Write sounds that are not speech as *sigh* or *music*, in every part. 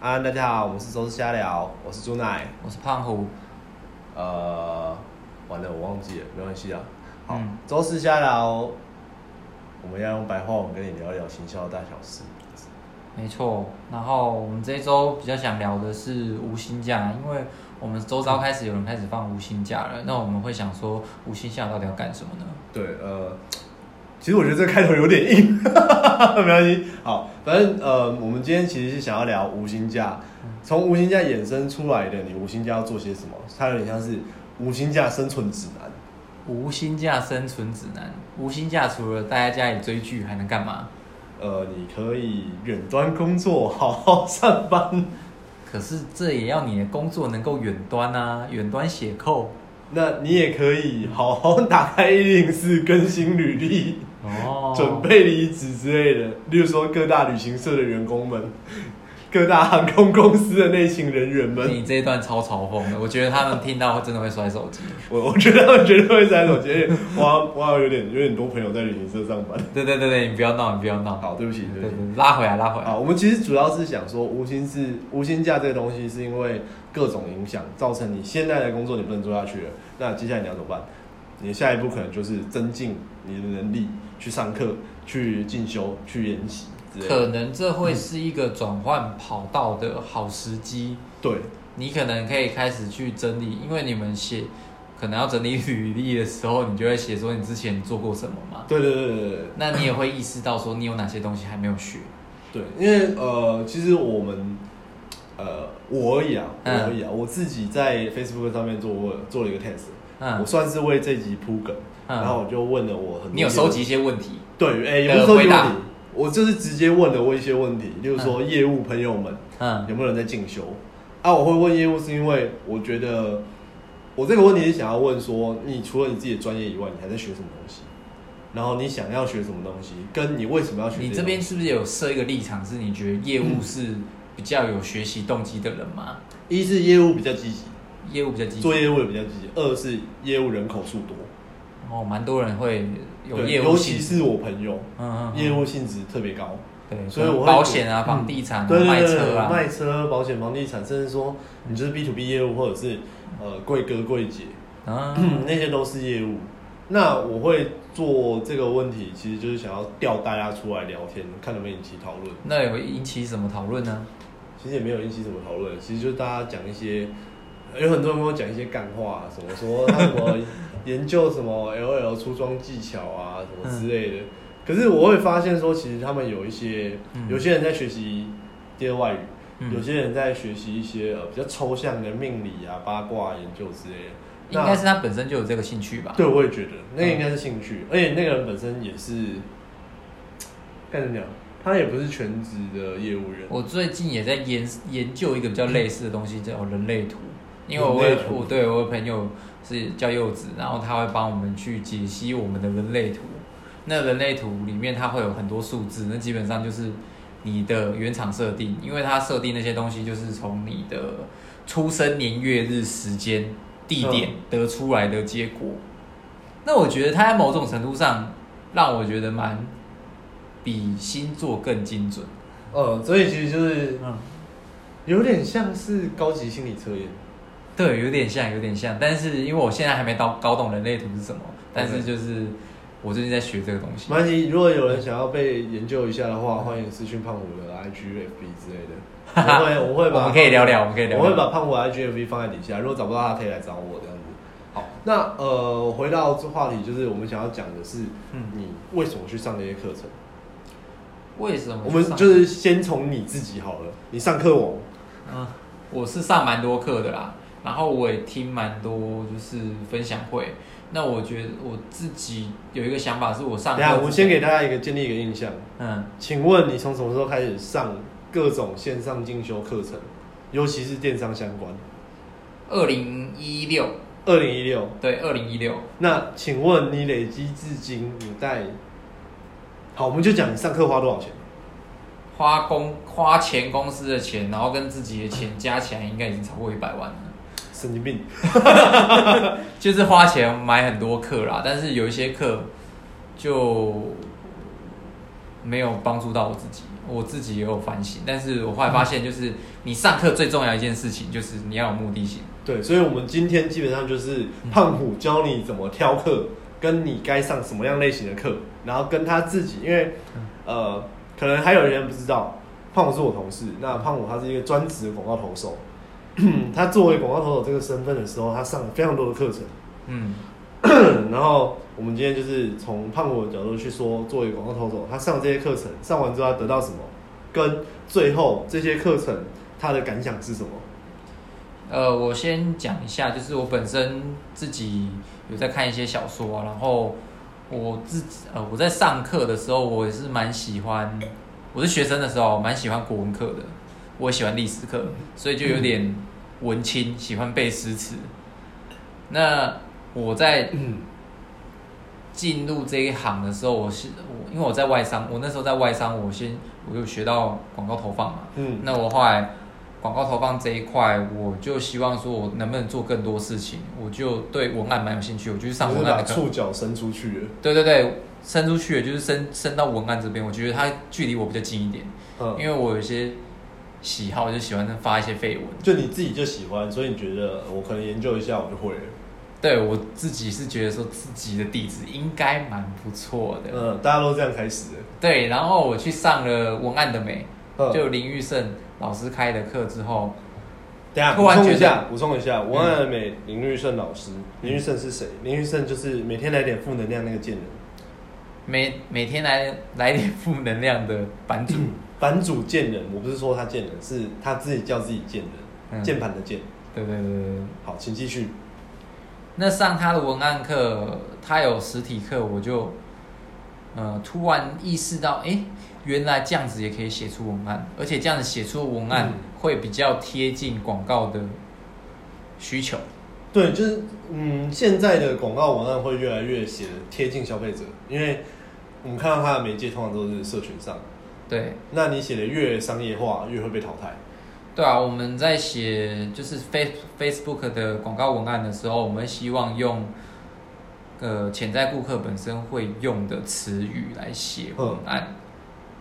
安，大家好，我们是周四瞎聊，我是朱奶。我是胖虎，呃，完了，我忘记了，没关系啊。好嗯，周四瞎聊，我们要用白话文跟你聊一聊行销大小事。没错。然后我们这一周比较想聊的是无薪假，因为我们周遭开始有人开始放无薪假了。那我们会想说，无薪假到底要干什么呢？对，呃，其实我觉得这个开头有点硬， *laughs* 没关系。好，反正呃，我们今天其实是想要聊无薪假，从无薪假衍生出来的，你无薪假要做些什么？它有点像是无薪假生存指南。无薪假生存指南。无薪假除了待在家里追剧，还能干嘛？呃，你可以远端工作，好好上班。可是这也要你的工作能够远端啊，远端写扣。那你也可以好好打开一零四更新履历，哦准备离职之类的。例如说各大旅行社的员工们， *laughs* 各大航空公司的内勤人员们，你这一段超嘲讽的，我觉得他们听到会真的会摔手机。我我觉得他们绝对会在手机。我好我好像有点有点多朋友在旅行社上班。对对对对，你不要闹，你不要闹。好，对不起，对对不对起。对，拉回来，拉回来。啊，我们其实主要是想说，无薪是无薪假这个东西，是因为各种影响造成你现在的工作你不能做下去了，那接下来你要怎么办？你的下一步可能就是增进你的能力，去上课、去进修、去研习之类可的。能这会是一个转换跑道的好时机，对，你可能可以开始去整理，因为你们写可能要整理履历的时候，你就会写说你之前做过什么嘛，对对对对对那你也会意识到说你有哪些东西还没有学，对，因为呃，其实我们呃，我而已啊，我嗯而已啊，我自己在 Facebook 上面做过做了一个 test，、我嗯，算是为这集铺梗，嗯然后我就问了我很多你有业收务集一些问题，对，哎、也不的是说回有答问题，我就是直接问了我一些问题，例如说业务朋友们嗯有没有人在进修啊？我会问业务是因为我觉得我这个问题是想要问说，你除了你自己的专业以外，你还在学什么东西？然后你想要学什么东西，跟你为什么要学你些这边东西是不是有设一个立场，是你觉得业务是比较有学习动机的人吗？一是业务比较积极，业务比较积极做，业务也比较积极；二是业务人口数多，哦，蛮多人会有对，业尤务其性质，是我朋友，嗯嗯，嗯业务性质特别高。对，所以我会保险啊、嗯房地产啊、对卖对对车啊，卖车、保险、房地产，甚至说你就是 B to B 业务，或者是呃贵哥贵姐，啊， *clears throat* 那些都是业务。那我会做这个问题，其实就是想要调大家出来聊天，看能不能引起讨论。那有引起什么讨论呢？其实也没有引起什么讨论，其实就是大家讲一些，有很多人跟我讲一些干话、什么说他什么研究什么 *laughs* LL 出装技巧啊，什么之类的。可是我会发现说，其实他们有一些，嗯有些人在学习第二外语，嗯有些人在学习一些呃比较抽象的命理啊、八卦研究之类的。应该是他本身就有这个兴趣吧。对，我也觉得那个应该是兴趣，嗯而且那个人本身也是，该怎么讲，他也不是全职的业务员。我最近也在研研究一个比较类似的东西，叫人类图。因为我人类会图我对我有朋友是叫柚子，然后他会帮我们去解析我们的人类图。那人类图里面它会有很多数字，那基本上就是你的原厂设定，因为它设定那些东西就是从你的出生年月日时间地嗯点得出来的结果。那我觉得它在某种程度上让我觉得蛮比星座更精准。呃，所以其实就是嗯，有点像是高级心理测验。对，有点像，有点像，但是因为我现在还没到搞懂人类图是什么，但是就是我最近在学这个东西没。关系，如果有人想要被研究一下的嗯话，欢迎私讯胖虎的 IG、FB 之 *laughs* 类的。我会，我会把我们可以聊聊，我们可以聊我会聊。把胖虎的 IG、FB 放在底下，如果找不到他，可以来找我这样子。好，那呃，回到这话题，就是我们想要讲的是，嗯你为什么去上那些课程？为什么？我们就是先从你自己好了，你上课我嗯，我是上蛮多课的啦，然后我也听蛮多就是分享会。那我觉得我自己有一个想法，是我上等课一之前，下，我们先给大家一个建立一个印象。嗯，请问你从什么时候开始上各种线上进修课程，尤其是电商相关？二零一六，二零一六。对，二零一六，那请问你累积至今，你在好，我们就讲你上课花多少钱？花公花钱公司的钱，然后跟自己的钱加起来，应该已经超过一百万了。神经病！就是花钱买很多课啦，但是有一些课就没有帮助到我自己。我自己也有反省，但是我后来发现，就是你上课最重要一件事情就是你要有目的性。对，所以我们今天基本上就是嗯胖虎教你怎么挑课，跟你该上什么样类型的课，然后跟他自己，因为嗯呃，可能还有人不知道，胖虎是我同事，那胖虎他是一个专职的广告投手， *clears throat* 他作为广告投手这个身份的时候，他上了非常多的课程， *clears throat* 嗯然后我们今天就是从胖虎的角度去说，作为广告投手，他上这些课程，上完之后他得到什么，跟最后这些课程他的感想是什么。呃，我先讲一下，就是我本身自己有在看一些小说啊，然后我自己呃我在上课的时候，我也是蛮喜欢，我是学生的时候蛮喜欢国文课的，我也喜欢历史课，所以就有点文青，喜欢背诗词。那我在进入这一行的时候，我是我因为我在外商，我那时候在外商，我先我有学到广告投放嘛，嗯那我后来广告投放这一块，我就希望说我能不能做更多事情，我就对文案蛮有兴趣，我就去上就是文把案的课。触角伸出去了。对对对，伸出去了就是伸伸到文案这边，我觉得它距离我比较近一点，嗯，因为我有一些喜好，我就喜欢发一些绯闻。就你自己就喜欢，所以你觉得呃我可能研究一下我就会了。对我自己是觉得说自己的底子应该蛮不错的，嗯，大家都这样开始的。对，然后我去上了文案的美，嗯，就林玉胜老师开的课之后，等一下突补然充一觉下，得嗯补充一下，文案美林玉胜老师，林玉胜是谁？林玉胜就是每天来点负能量那个贱人，每每天来来点负能量的版主。嗯版主贱人。我不是说他贱人，是他自己叫自己贱人，嗯键盘的键。对对对对对。好，请继续。那上他的文案课，他有实体课，我就，呃，突然意识到，诶，原来这样子也可以写出文案，而且这样子写出文嗯案会比较贴近广告的需求。对，就是嗯，现在的广告文案会越来越写的贴近消费者，因为我们看到他的媒介通常都是社群上，对那你写的越商业化，越会被淘汰。对啊，我们在写就是 Face Facebook 的广告文案的时候，我们希望用。呃，潜在顾客本身会用的词语来写嗯文案，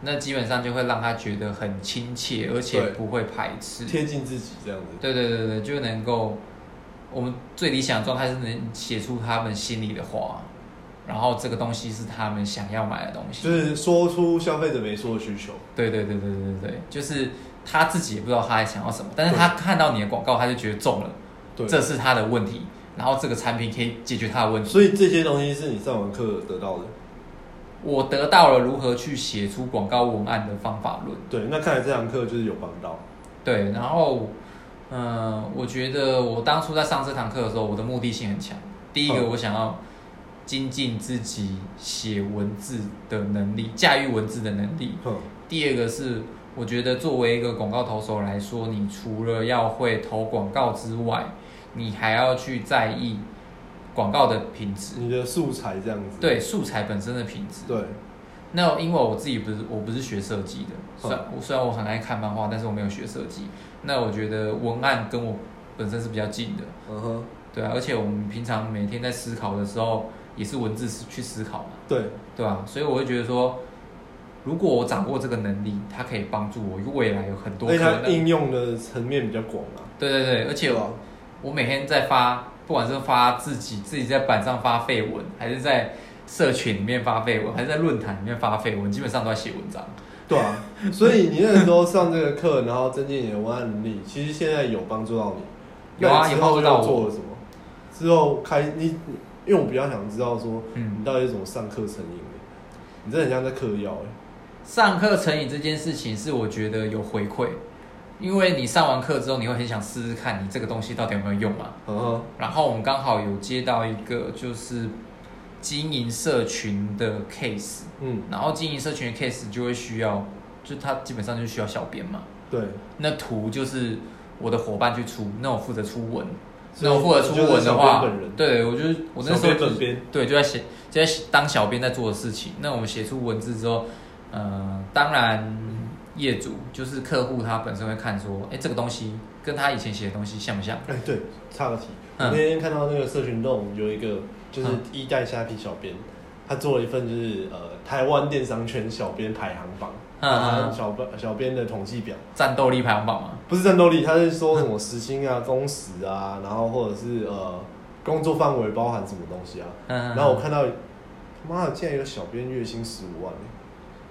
那基本上就会让他觉得很亲切，而且对不会排斥。贴近自己这样子。对对对对，就能够，我们最理想的状态是能写出他们心里的话，然后这个东西是他们想要买的东西。就是说出消费者没说的需求，对对对对对对对，就是他自己也不知道他还想要什么，但是他看到你的广告，他就觉得中了，对，这是他的问题，然后这个产品可以解决他的问题。所以这些东西是你上完课得到的。我得到了如何去写出广告文案的方法论。对，那看来这堂课就是有帮到。对，然后，嗯、我觉得我当初在上这堂课的时候，我的目的性很强。第一个，嗯我想要精进自己写文字的能力，驾驭文字的能力。哼，第二个是，我觉得作为一个广告投手来说，你除了要会投广告之外，你还要去在意广告的品质，你的素材这样子。对素材本身的品质。对，那因为我自己不是我不是学设计的，虽然嗯我虽然我很爱看漫画，但是我没有学设计。那我觉得文案跟我本身是比较近的，嗯哼，对啊，而且我们平常每天在思考的时候，也是文字去思考嘛，对，对吧、所以我会觉得说，如果我掌握这个能力，它可以帮助我未来有很多可而且它能。应用的层面比较广啊。对对对，而且对吧我我每天在发，不管是发自己自己在板上发绯闻，还是在社群里面发绯闻，还是在论坛里面发绯闻，基本上都在写文章。对啊，所以你那个时候上这个课，然后增进你的文案能力，其实现在有帮助到你。有啊那你之有帮后助到又我做了什么？之后开你，因为我比较想知道说，嗯你到底是怎么上课成瘾的？你真的很像在嗑药哎。上课成瘾这件事情是我觉得有回馈，因为你上完课之后，你会很想试试看你这个东西到底有没有用嘛。嗯哼，然后我们刚好有接到一个就是经营社群的 case，嗯，然后经营社群的 case 就会需要，就它基本上就需要小编嘛。对。那图就是我的伙伴去出，那我负责出文。所以那我负责出文的你就是小编话本人，对我就是我那小时编候就是本编对就在写就在写当小编在做的事情。那我们写出文字之后，呃，当然业主就是客户他本身会看说，哎、这个东西跟他以前写的东西像不像？哎，对，差个题。我嗯那天看到那个社群动有一个，就是嗯一代虾皮小编，他做了一份就是呃台湾电商圈小编排行榜，嗯嗯小编小编的统计表，战斗力排行榜嘛，不是战斗力，他是说什么时薪啊、工时啊，然后或者是呃工作范围包含什么东西啊。嗯，然后我看到，妈的，竟然有小编月薪十五万、欸，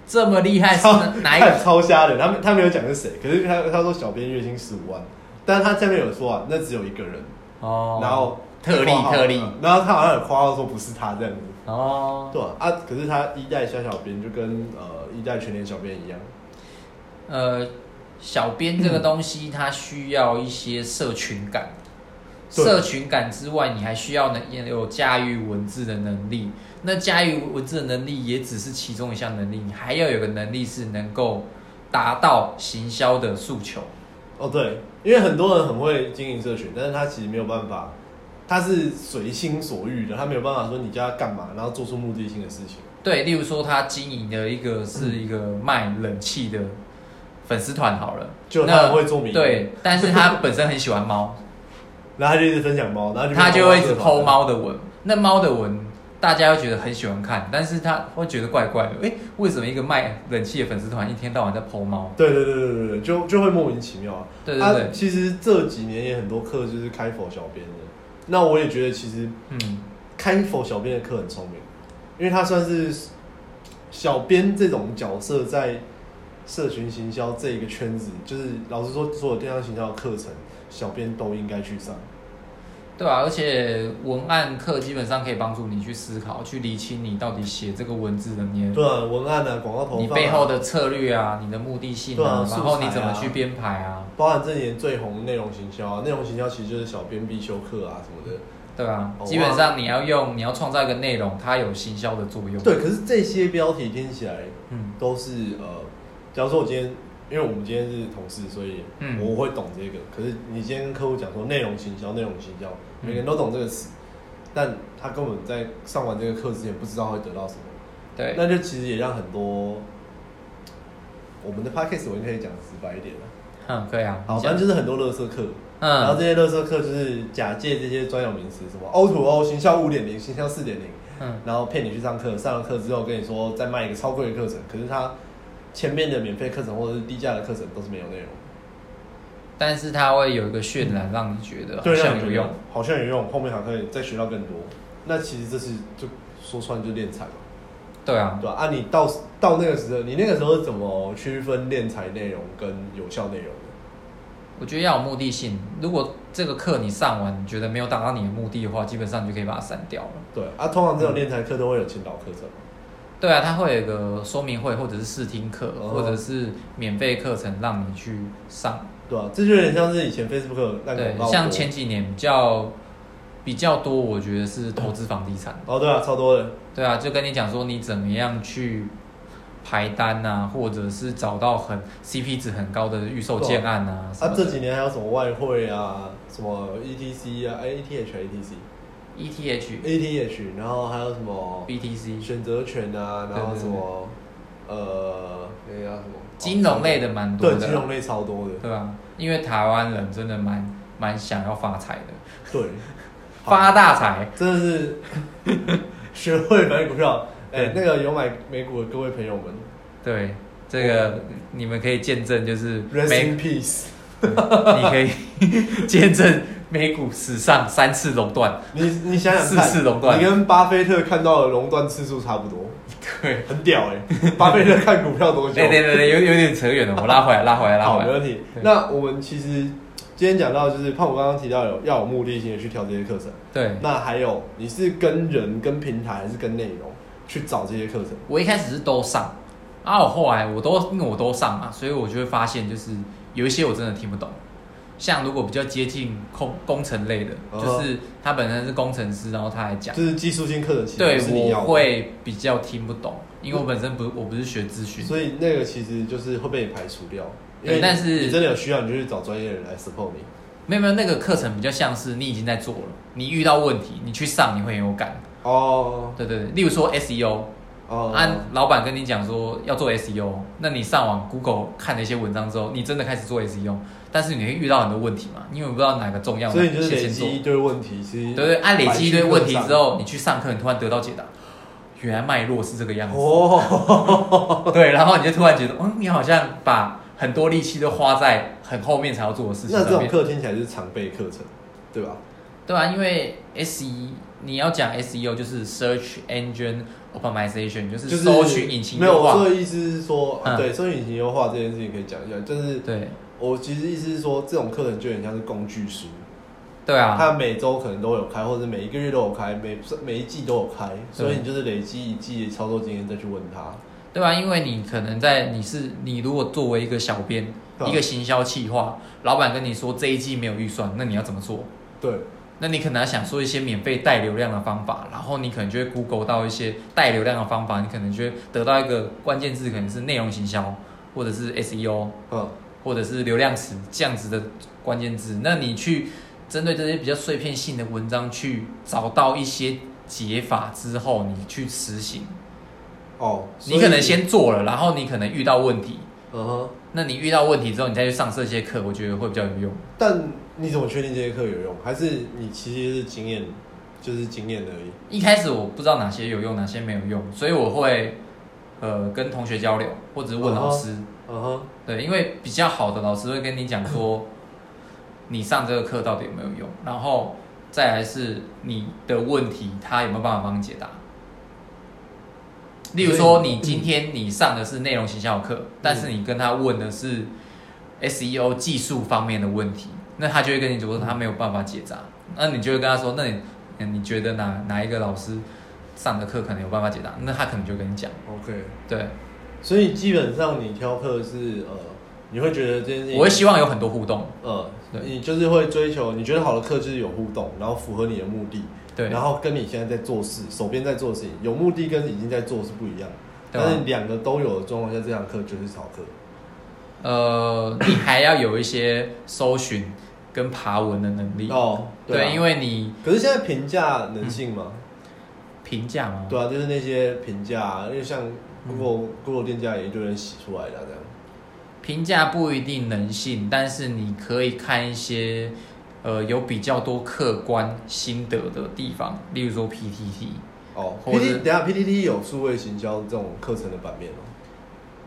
这么厉害是超哪一 *laughs* 个？看超瞎的。他们他没有讲是谁，可是他他说小编月薪十五万，但是他下面有说啊，那只有一个人，哦，然后特例括号特例然后他好像有夸号说不是他这样子。哦，对啊，啊可是他一代小小编就跟呃一代全年小编一样，呃，小编这个东西，它需要一些社群感。对社群感之外，你还需要能也有驾驭文字的能力。那驾驭文字的能力也只是其中一项能力，你还要有个能力是能够达到行销的诉求。哦，对，因为很多人很会经营社群，但是他其实没有办法，他是随心所欲的，他没有办法说你叫他干嘛，然后做出目的性的事情。对，例如说他经营的一个是嗯一个卖冷气的粉丝团好了，就他那很会做迷因对，但是他本身很喜欢猫，然后他就一直分享猫，然后就他就会一直抛剖，猫的文，那猫的文大家会觉得很喜欢看，但是他会觉得怪怪的，诶，为什么一个卖冷气的粉丝团一天到晚在剖猫？对对对对对对，就就会莫名其妙啊。对对对啊其实这几年也很多课就是开否小编的，那我也觉得其实嗯，开否小编的课很聪明，因为他算是小编这种角色在社群行销这一个圈子，就是老实说，所有电商行销的课程，小编都应该去上。对啊，而且文案课基本上可以帮助你去思考，去理清你到底写这个文字的你的对啊，文案啊，广告投放、啊，你背后的策略啊，你的目的性对啊然后你素材啊怎么去编排啊，包含这几年最红的内容行销、啊，内容行销其实就是小编必修课啊什么的。对啊，哦基本上你要用，你要创造一个内容，它有行销的作用。，对，可是这些标题听起来嗯，都是呃，假如说我今天，因为我们今天是同事，所以嗯我会懂这个。可是你今天跟客户讲说内容行销，内容行销，每嗯个人都懂这个词，但他根本在上完这个课之前不知道会得到什么，对，那就其实也让很多我们的 podcast 我应该可以讲直白一点了。嗯，可以啊。好，你反讲正就是很多垃圾课，然后嗯这些垃圾课就是假借这些专有名词，什么 O to O 行销五点零、行销四点零。嗯，然后骗你去上课，上了课之后跟你说再卖一个超贵的课程，可是他前面的免费课程或者是低价的课程都是没有内容，但是它会有一个渲染，让你觉啊得好对，让像你觉有得用。，好像有用，后面还可以再学到更多。那其实这是就说穿就练财嘛，对啊，对吧、啊？你到到那个时候，你那个时候是怎么区分练财内容跟有效内容的？我觉得要有目的性。如果这个课你上完，你觉得没有达到你的目的的话，基本上你就可以把它删掉了。对啊，通常这种练财课都会有前导课程嘛，对啊，它会有一个说明会，或者是试听课，哦或者是免费课程让你去上。对啊，这就有点像是以前 Facebook 那个对广告，多像前几年比较比较多，我觉得是投资房地产。哦对啊，超多的，对啊，就跟你讲说你怎么样去排单啊，或者是找到很 CP 值很高的预售建案啊。什啊么这的几年还有什么外汇啊，什么 ETC 啊，哎 ETH 还 ETC。E ETH、 ATH，然后还有什么 BTC 选择权啊，然后对对对什么呃，那个叫什么金融类的蛮多对的，金融类超多的，对吧、因为台湾人真的蛮蛮想要发财的，对，好发大财。真的是学会买股票。哎对，那个有买美股的各位朋友们对，这哦个你们可以见证，就是，Rest 美， in peace。你可以 *laughs* 见证美股史上三次垄断。你你想想看，四次垄断你跟巴菲特看到的垄断次数差不多，对，很屌哎。巴菲特看股票多久？对对对对，有有点扯远了，我拉回来，拉回来，拉好，回没来。问题对。那我们其实今天讲到，就是胖虎刚刚提到有要有目的性的去挑这些课程。对，那还有，你是跟人、跟平台，还是跟内容去找这些课程？我一开始是都上，啊，我后来我都因为我都上嘛，所以我就会发现就是有一些我真的听不懂，像如果比较接近工工程类的，嗯就是他本身是工程师，然后他还讲，就是技术性课程，其实对不是你我要的。会比较听不懂，因为我本身不我不是学咨询，所以那个其实就是会被你排除掉。因对为你但是你真的有需要，你就去找专业人来 support 你。没有没有那个课程比较像是你已经在做了，你遇到问题你去上你会很有感，哦对对对，例如说 E SEO，哦，按、老板跟你讲说要做 SEO，那你上网 Google 看了一些文章之后，你真的开始做 SEO，但是你会遇到很多问题嘛，因为不知道哪个重要的所以你就是先累先做积一堆问题，其实对不对？按累积一堆摆去问题课上之，后，你去上课，你突然得到解答，原来脉络是这个样子。 *laughs* 哦，对，然后你就突然觉得，嗯，你好像把很多力气都花在很后面才要做的事情那这上种面。课听起来就是常备课程，对吧？对啊，因为 S E 你要讲 S E O 就是 Search Engine Optimization，就是就是搜寻引擎没有，优我化。的意思是说，啊嗯对，搜寻引擎优化这件事情可以讲一下。就是对我其实意思是说，这种课程就很像是工具书，对啊，它每周可能都有开，或者每一个月都有开，每每一季都有开，所以你就是累积一季的操作经验再去问他。对啊，因为你可能在你是你如果作为一个小编，对啊一个行销企划，老板跟你说这一季没有预算，那你要怎么做？对，那你可能要想说一些免费带流量的方法，然后你可能就会 Google 到一些带流量的方法，你可能就会得到一个关键字，可能是内容行销，或者是 SEO，嗯，或者是流量词这样子的关键字。那你去针对这些比较碎片性的文章去找到一些解法之后，你去实行。哦，所以你可能，先做了，然后你可能遇到问题，嗯哼，那你遇到问题之后，你再去上这些课，我觉得会比较有用。但你怎么确定这些课有用？还是你其实是经验，就是经验而已？一开始我不知道哪些有用，哪些没有用，所以我会呃跟同学交流，或者是问老师。嗯哼，对，因为比较好的老师会跟你讲说，你上这个课到底有没有用，然后再来是你的问题，他有没有办法帮你解答。例如说，你今天你上的是内容形象课，但是你跟他问的是 SEO 技术方面的问题，那他就会跟你说他没有办法解答，那你就会跟他说，那你嗯你觉得哪哪一个老师上的课可能有办法解答？那他可能就跟你讲， ，OK。对，所以基本上你挑课是呃，你会觉得这件事情，我会希望有很多互动，呃，对你就是会追求你觉得好的课就是有互动，然后符合你的目的，对，然后跟你现在在做事，手边在做的事情，有目的跟已经在做是不一样。对啊但吧是两个都有的状况下，这堂课就是好课。呃，你还要有一些搜寻跟爬文的能力。哦，对,、啊因为你可是现在评价能信吗？评价嘛，对啊，就是那些评价，因为像 Google、Google 店家也一堆人洗出来的啊、这样。评价不一定能信，但是你可以看一些呃有比较多客观心得的地方，例如说 PTT，哦或，P 者 T 等一下 P T T 有数位行销这种课程的版面哦。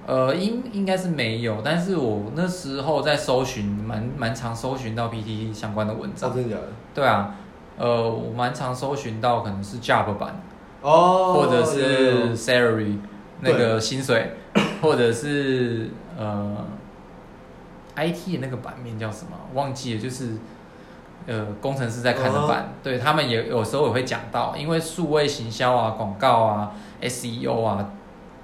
呃，应应该是没有，但是我那时候在搜寻，蛮蛮常搜寻到 PTT 相关的文章。哦，真的假的？对啊，呃，我蛮常搜寻到可能是 Job 版。哦，或者有有有是 salary 那个薪水， *coughs* 或者是呃 IT 的那个版面叫什么忘记了，就是呃工程师在看哦的版，对他们也有时候也会讲到，因为数位行销啊、广告啊、SEO 啊，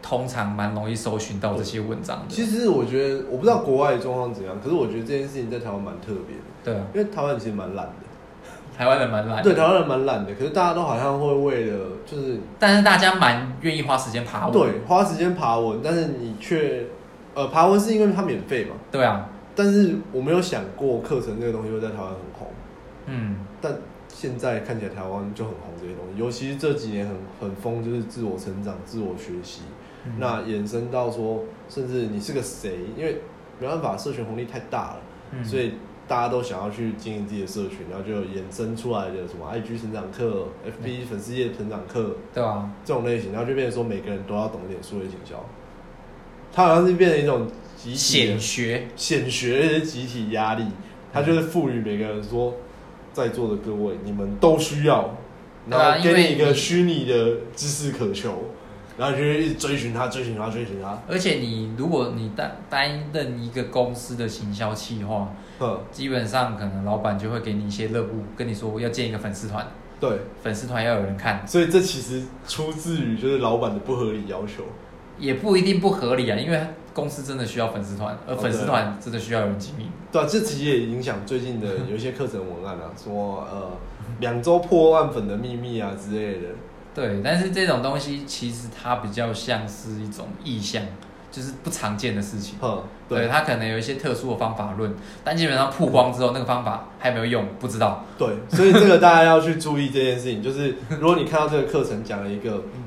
通常蛮容易搜寻到这些文章的。其实我觉得，我不知道国外的状况怎样，可是我觉得这件事情在台湾蛮特别的，对啊，因为台湾其实蛮懒的，台湾人蛮懒的，对，台湾人蛮懒的，可是大家都好像会为了就是但是大家蛮愿意花时间爬文。对花时间爬文，但是你却呃爬文是因为它免费嘛，对啊，但是我没有想过课程这个东西会在台湾很红，嗯，但现在看起来台湾就很红这些东西，尤其是这几年很很疯，就是自我成长、自我学习，嗯那衍生到说，甚至你是个谁，因为没办法，社群红利太大了。嗯所以大家都想要去经营自己的社群，然后就衍生出来的什么 IG 成长课、FB 粉丝页成长课对啊，这种类型，然后就变成说每个人都要懂一点数位行销，它好像是变成一种集体显的学。显学的集体压力，它就是赋予每个人说，在座的各位你们都需要，对啊然后给你一因为个你虚拟的知识渴求，然后就一直追寻它、追寻它、追寻它，而且你如果你担担任一个公司的行销企划，嗯，基本上可能老板就会给你一些任务，跟你说要建一个粉丝团，对，粉丝团要有人看，所以这其实出自于就是老板的不合理要求。也不一定不合理啊，因为公司真的需要粉丝团，而粉丝团真的需要有人经营。对啊，这其实也影响最近的有一些课程文案啊， *laughs* 说呃两周破万粉的秘密啊之类的。对，但是这种东西其实它比较像是一种意向，就是不常见的事情。哼，嗯对，对它可能有一些特殊的方法论，但基本上曝光之后，那个方法还没有用，不知道。对，所以这个大家要去注意这件事情， *laughs* 就是如果你看到这个课程讲了一个嗯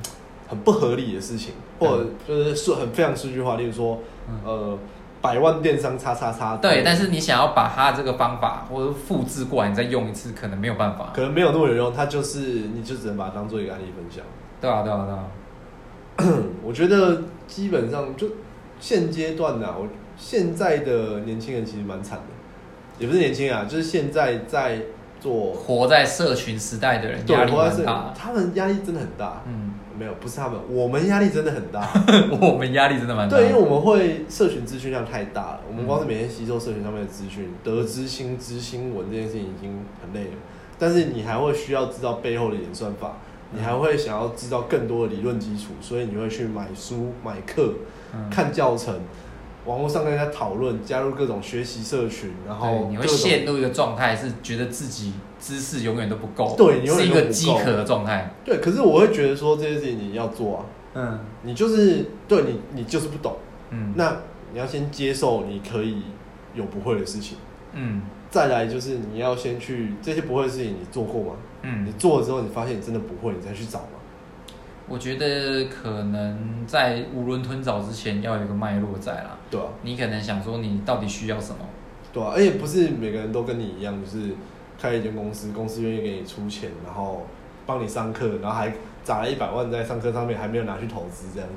很不合理的事情，或嗯者就是说很非常数据化，例如说呃百万电商叉叉叉，对，但是你想要把它这个方法或者复制过来，你再用一次，可能没有办法。可能没有那么有用，它就是你就只能把它当做一个案例分享。嗯对啊，对啊，对啊。我觉得基本上就现阶段呐、啊我现在的年轻人其实蛮惨的，也不是年轻啊，就是现在在做活在社群时代的人对压力活在蛮是大的。他们压力真的很大。嗯， *laughs* 没有，不是他们，我们压力真的很大。我们压力真的蛮大嗯的。对，因为我们会社群资讯量太大了，我们光是每天吸收社群上面的资讯，得知新知新闻这件事情已经很累了。但是你还会需要知道背后的演算法，你还会想要知道更多的理论基础，所以你会去买书、买课、嗯看教程，网络上跟人家讨论，加入各种学习社群，然对后你各会种陷入一个状态，是觉得自己知识永远都不够，对你永是远都一不个够饥渴的状态。对。可是我会觉得说这些事情你要做啊，嗯你就是对你你就是不懂，嗯那你要先接受你可以有不会的事情。嗯再来就是你要先去这些不会的事情，你做过吗？你嗯，做了之后，你发现你真的不会，你再去找嘛。我觉得可能在囫囵吞枣之前，要有一个脉络在啦。对啊，你可能想说，你到底需要什么？对啊，而且不是每个人都跟你一样，就是开一间公司，公司愿意给你出钱，然后帮你上课，然后还砸了一百万在上课上面，还没有拿去投资这样子。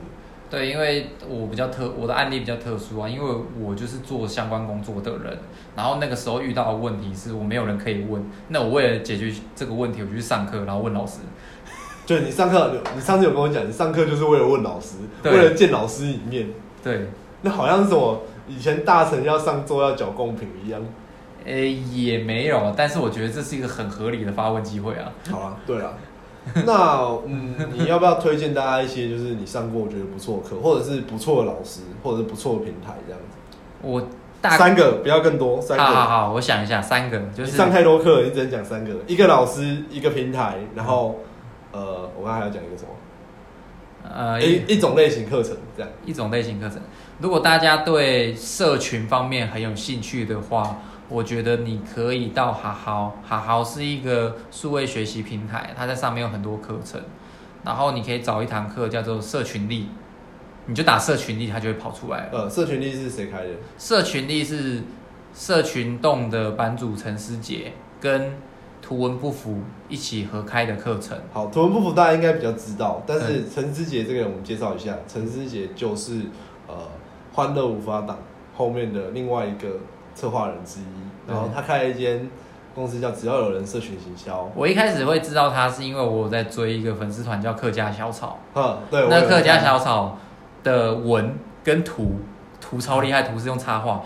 对，因为我比较特，我的案例比较特殊啊，因为我就是做相关工作的人，然后那个时候遇到的问题是我没有人可以问，那我为了解决这个问题，我就去上课，然后问老师，就你上课，你上次有跟我讲，你上课就是为了问老师，为对了见老师一面。对，那好像是什么以前大臣要上桌要缴贡品一样。诶也没有，啊但是我觉得这是一个很合理的发问机会啊，好啊，对啊。那嗯，你要不要推荐大家一些就是你上过我觉得不错的课，或者是不错的老师，或者是不错的平台这样子？我大三个，不要更多，三个。好好好，我想一下，三个就你是上太多课了，你只能讲三个，一个老师，一个平台，然后嗯呃，我刚才还要讲一个什么？呃一一一种类型课程这样。一种类型课程。如果大家对社群方面很有兴趣的话，我觉得你可以到哈好，哈好是一个数位学习平台，它在上面有很多课程，然后你可以找一堂课叫做社群力，你就打社群力，它就会跑出来了。呃，社群力是谁开的？社群力是社群洞的版主陈思杰跟图文不符一起合开的课程。好，图文不符大家应该比较知道，但嗯是陈思杰这个人我们介绍一下，陈思杰就是呃欢乐无法党后面的另外一个策划人之一，对然后他开了一间公司叫只要有人社群行销，我一开始会知道他，是因为我有在追一个粉丝团叫客家小草，哈，对，我那有客家看小草的文跟图，图超厉害，图是用插画，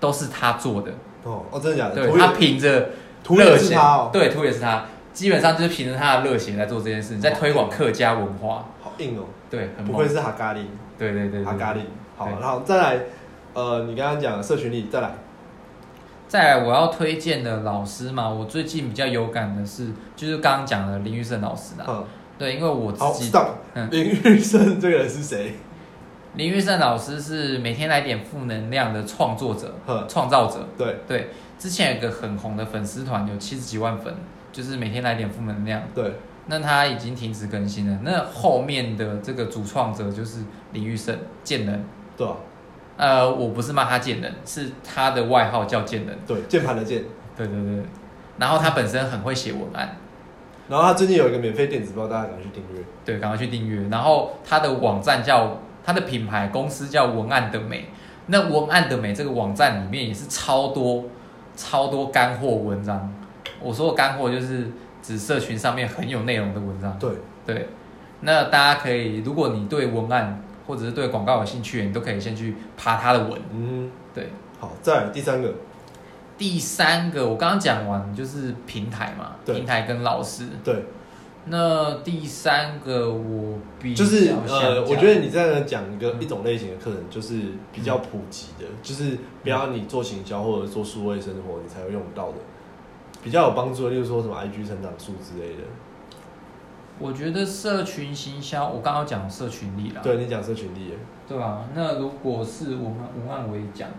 都是他做的，哦哦，真的假的？对图也他凭着图热也是血他哦，，对图也是他，基本上就是凭着他的热血在做这件事，在推广客家文化，好硬哦，对，很不愧猛，是哈咖喱，对对对哈对。咖喱。好，对然后再来，呃，你刚刚讲的社群力，再来，再来，我要推荐的老师嘛，我最近比较有感的是，就是刚刚讲的林玉胜老师啦，嗯，对，因为我好自己，stop，嗯林玉生这个人是谁？林玉胜老师是每天来点负能量的创作者、哼，创造者。对对，之前有一个很红的粉丝团，有七十几万粉，就是每天来点负能量。对，那他已经停止更新了。那后面的这个主创者就是林玉胜，贱人。对啊，呃，我不是骂他贱人，是他的外号叫贱人。对，键盘的键。对对对。然后他本身很会写文案，然后他最近有一个免费电子报，大家赶快去订阅。对，赶快去订阅。然后他的网站叫他的品牌公司叫文案的美，那文案的美这个网站里面也是超多超多干货文章。我说的干货就是指社群上面很有内容的文章。对，对，那大家可以，如果你对文案或者是对广告有兴趣，你都可以先去爬他的文。嗯，对，好，再来第三个，第三个我刚刚讲完就是平台嘛，对平台跟老师。对，那第三个我比较就是想呃，讲我觉得你在那讲一个一种类型的课程，就是比较普及的，就是不要你做行销或者做数位生活你才会用到的，比较有帮助的，例如说什么 IG 成长术之类的。我觉得社群行销，我刚刚讲社群力啦，对你讲社群力耶，对吧？那如果是文案，文案我也讲了。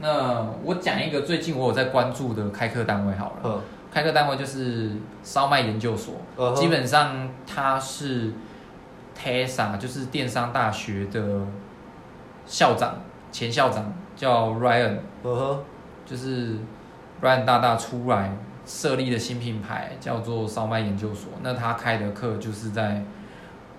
那我讲一个最近我有在关注的开课单位好了，嗯，开课单位就是烧麦研究所嗯哼基本上它是 TESA，就是电商大学的校长，前校长叫 Ryan，嗯哼，就是 Ryan 大大出来设立的新品牌叫做烧麦研究所，那他开的课就是在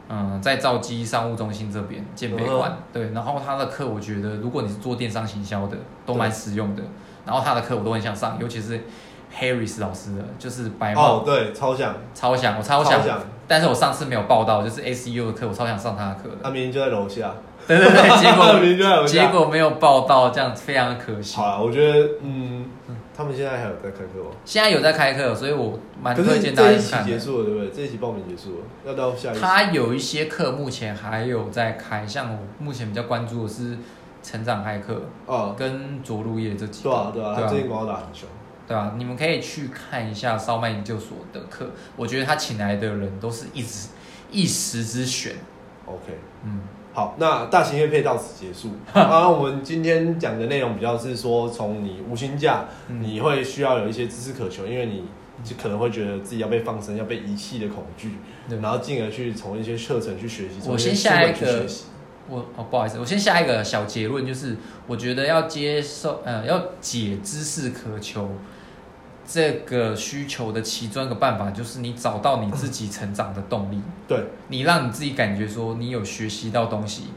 嗯，在兆基商务中心这边建北馆，对，然后他的课我觉得，如果你是做电商行销的，都蛮实用的。然后他的课我都很想上，尤其是 Harris 老师的，就是白帽、哦，对，超想，超想，我超想，但是我上次没有报到，就是 ACU 的课，我超想上他的课的。他明明就在楼下， *laughs* 对对对， *laughs* *laughs* 结他果明明就在楼结下。果没有报到，这样非常的可惜好。了，我觉得，嗯，他们现在还有在开课吗？现在有在开课，所以我蛮可推是荐大家这一去期看结的。束了，对不对？这一期报名结束了，要到下一期。他有一些课目前还有在开，像我目前比较关注的是成长骇客哦，跟着陆业这几对啊，个，对啊，对他最近广告打很凶。对啊，你们可以去看一下烧麦研究所的课，我觉得他请来的人都是一时一时之选， OK，嗯，好，那大型乐配到此结 *laughs* 束。啊，我们今天讲的内容比较是说，从你无薪假，嗯你会需要有一些知识渴求，因为你就可能会觉得自己要被放生、要被遗弃的恐惧，对然后进而去从一些课程去学习，从我些先书下本一去个学习。我哦，不好意思，我先下一个小结论，就是我觉得要接受，呃，要解知识渴求这个需求的其中一个办法，就是你找到你自己成长的动力，对，你让你自己感觉说你有学习到东西，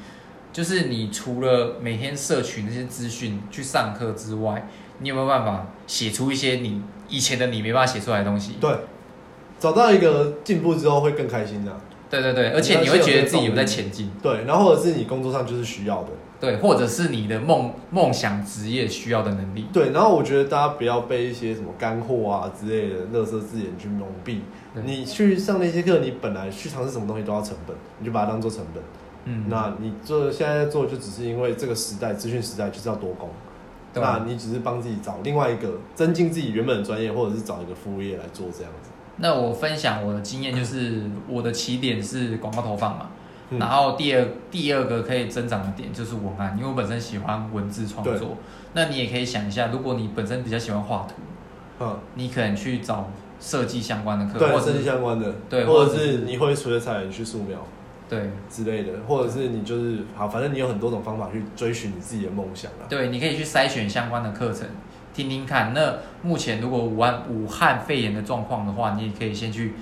就是你除了每天摄取那些资讯去上课之外，你有没有办法写出一些你以前的你没办法写出来的东西？对，找到一个进步之后会更开心的、对对对，而且你会觉得自己有在前进，对，然后或者是你工作上就是需要的。对，或者是你的梦梦想职业需要的能力。对，然后我觉得大家不要被一些什么干货啊之类的垃圾字眼去蒙蔽。对你去上那些课，你本来去尝试什么东西都要成本，你就把它当做成本。嗯，那你做现在做，就只是因为这个时代资讯时代就是要多工，对啊吧那你只是帮自己找另外一个增进自己原本的专业，或者是找一个副业来做这样子。那我分享我的经验，就是我的起点是广告投放嘛，嗯然后第二第二个可以增长的点就是文案，因为我本身喜欢文字创对作。那你也可以想一下，如果你本身比较喜欢画图，嗯，你可能去找设计相关的课，对，啊或者设计相关的，对或者或者是是你会随着菜园去素描对之类的，或者是你就是好，反正你有很多种方法去追寻你自己的梦想啊。对，你可以去筛选相关的课程听听看。那目前如果武汉武汉肺炎的状况的话，你也可以先去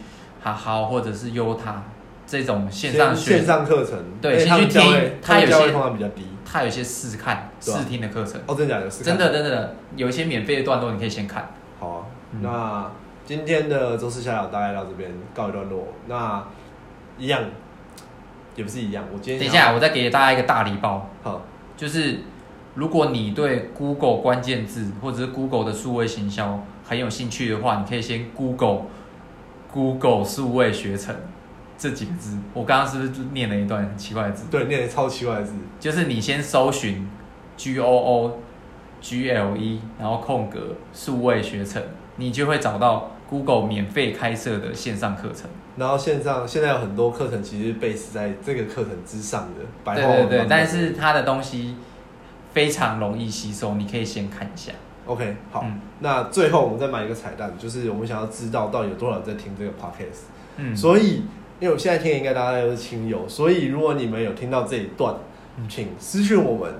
哈好或者是优塔这种线上先学线，上课程，对因为先他们去价听位他们有价些位通常比较低。它有些试看对啊试听的课程。哦，真的假的？是看真的真的真的，有一些免费的段落你可以先看。好啊，嗯那今天的周四下聊大概到这边告一段落。那一样，也不是一样，我今天等一想要，下，我再给大家一个大礼包，好，就是如果你对 Google 关键字或者是 Google 的数位行销很有兴趣的话，你可以先 Google Google 数位学程这几个字。我刚刚是不是念了一段很奇怪的字？对，念得超奇怪的字，就是你先搜寻 G O O G L E，然后空格数位学程，你就会找到 Google 免费开设的线上课程。然后线上现在有很多课程其实 base 在这个课程之上的，白话对对文版对本，但是它的东西非常容易吸收，你可以先看一下。 OK 好，嗯那最后我们再买一个彩蛋，就是我们想要知道到底有多少人在听这个 podcast。嗯，所以，因为我现在听的应该大家都是亲友，所以如果你们有听到这一段，请私讯我们，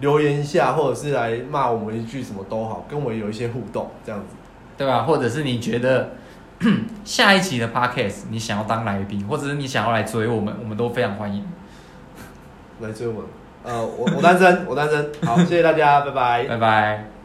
留言一下，或者是来骂我们一句什么都好，跟我们有一些互动，这样子。对吧？或者是你觉得 *coughs* 下一期的 podcast 你想要当来宾，或者是你想要来追我们，我们都非常欢迎。 *laughs* 来追我们。呃，我我单身，我单身。好，谢谢大家，拜拜。拜拜。